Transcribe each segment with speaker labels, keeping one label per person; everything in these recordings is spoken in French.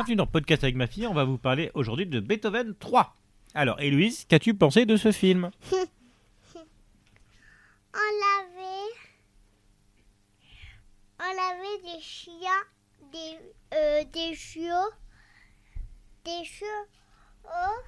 Speaker 1: Bienvenue dans Podcast avec ma fille, on va vous parler aujourd'hui de Beethoven 3. Alors, Héloïse, qu'as-tu pensé de ce film
Speaker 2: On avait, on avait des chiens, des, euh, des chiots, des chiots. Oh,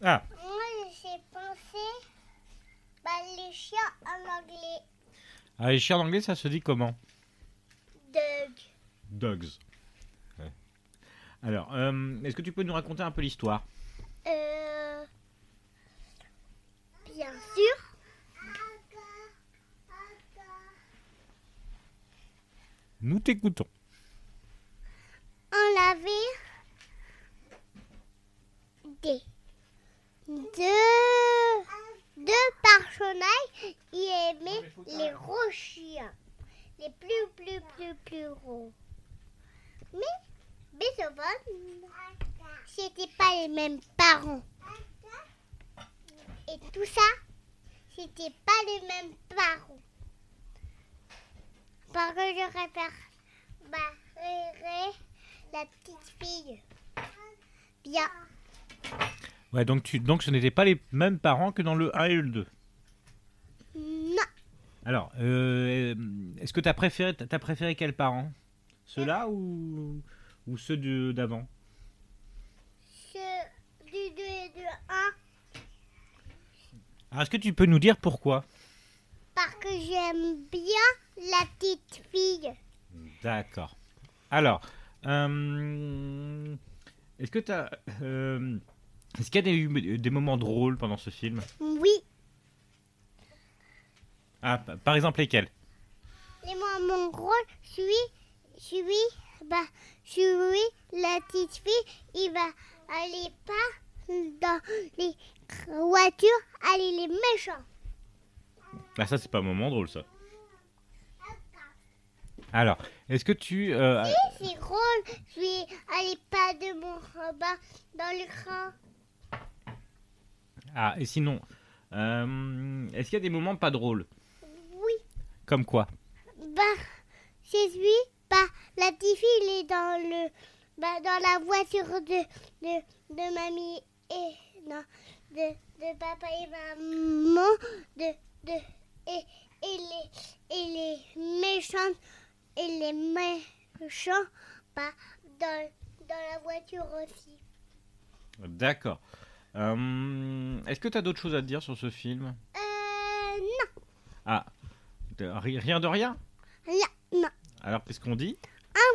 Speaker 1: Ah,
Speaker 2: Moi, j'ai pensé, bah, les chiens en anglais,
Speaker 1: ah les chiens en anglais, ça se dit comment
Speaker 2: dog.
Speaker 1: Dogs. Alors, euh, est-ce que tu peux nous raconter un peu l'histoire
Speaker 2: Euh, bien sûr.
Speaker 1: Nous t'écoutons.
Speaker 2: On avait des deux, deux parchenailles qui aimaient les gros chiens, les plus plus plus plus gros. Mais Beethoven, c'était pas les mêmes parents. Et tout ça, c'était pas les mêmes parents. Parce que je réparerais la petite fille. Bien.
Speaker 1: Ouais, donc, tu, donc ce n'étaient pas les mêmes parents que dans le 1 et le 2.
Speaker 2: Non.
Speaker 1: Alors, euh, est-ce que tu as préféré, t'as préféré quels parents Ceux-là ou, ou ceux de- d'avant
Speaker 2: Ce, du 2 et du 1,
Speaker 1: Alors, Ah, est-ce que tu peux nous dire pourquoi
Speaker 2: parce que j'aime bien la petite fille.
Speaker 1: D'accord. Alors, euh, est-ce que t'as, euh, est-ce qu'il y a des, des moments drôles pendant ce film
Speaker 2: Oui.
Speaker 1: Ah, p- par exemple lesquels
Speaker 2: Et moi, mon rôle, je suis, je suis, bah, je suis la petite fille. Il va aller pas dans les voitures, aller les méchants.
Speaker 1: Ah, ça c'est pas un moment drôle ça. Alors, est-ce que tu, euh,
Speaker 2: C'est drôle, je vais aller pas de mon bas dans le train.
Speaker 1: ah, et sinon, euh, est-ce qu'il y a des moments pas drôles
Speaker 2: Oui.
Speaker 1: Comme quoi
Speaker 2: Bah, c'est lui. Bah, la petite fille, il est dans le, bah, dans la voiture de, de, de mamie et non, de, de papa et maman, de, de et, et les, et les méchants, et les méchants, bah, dans, dans la voiture aussi.
Speaker 1: D'accord. Euh, est-ce que tu as d'autres choses à te dire sur ce film
Speaker 2: Euh, non,
Speaker 1: Ah, de- ri- rien de rien
Speaker 2: là, non.
Speaker 1: Alors, qu'est-ce qu'on dit
Speaker 2: Au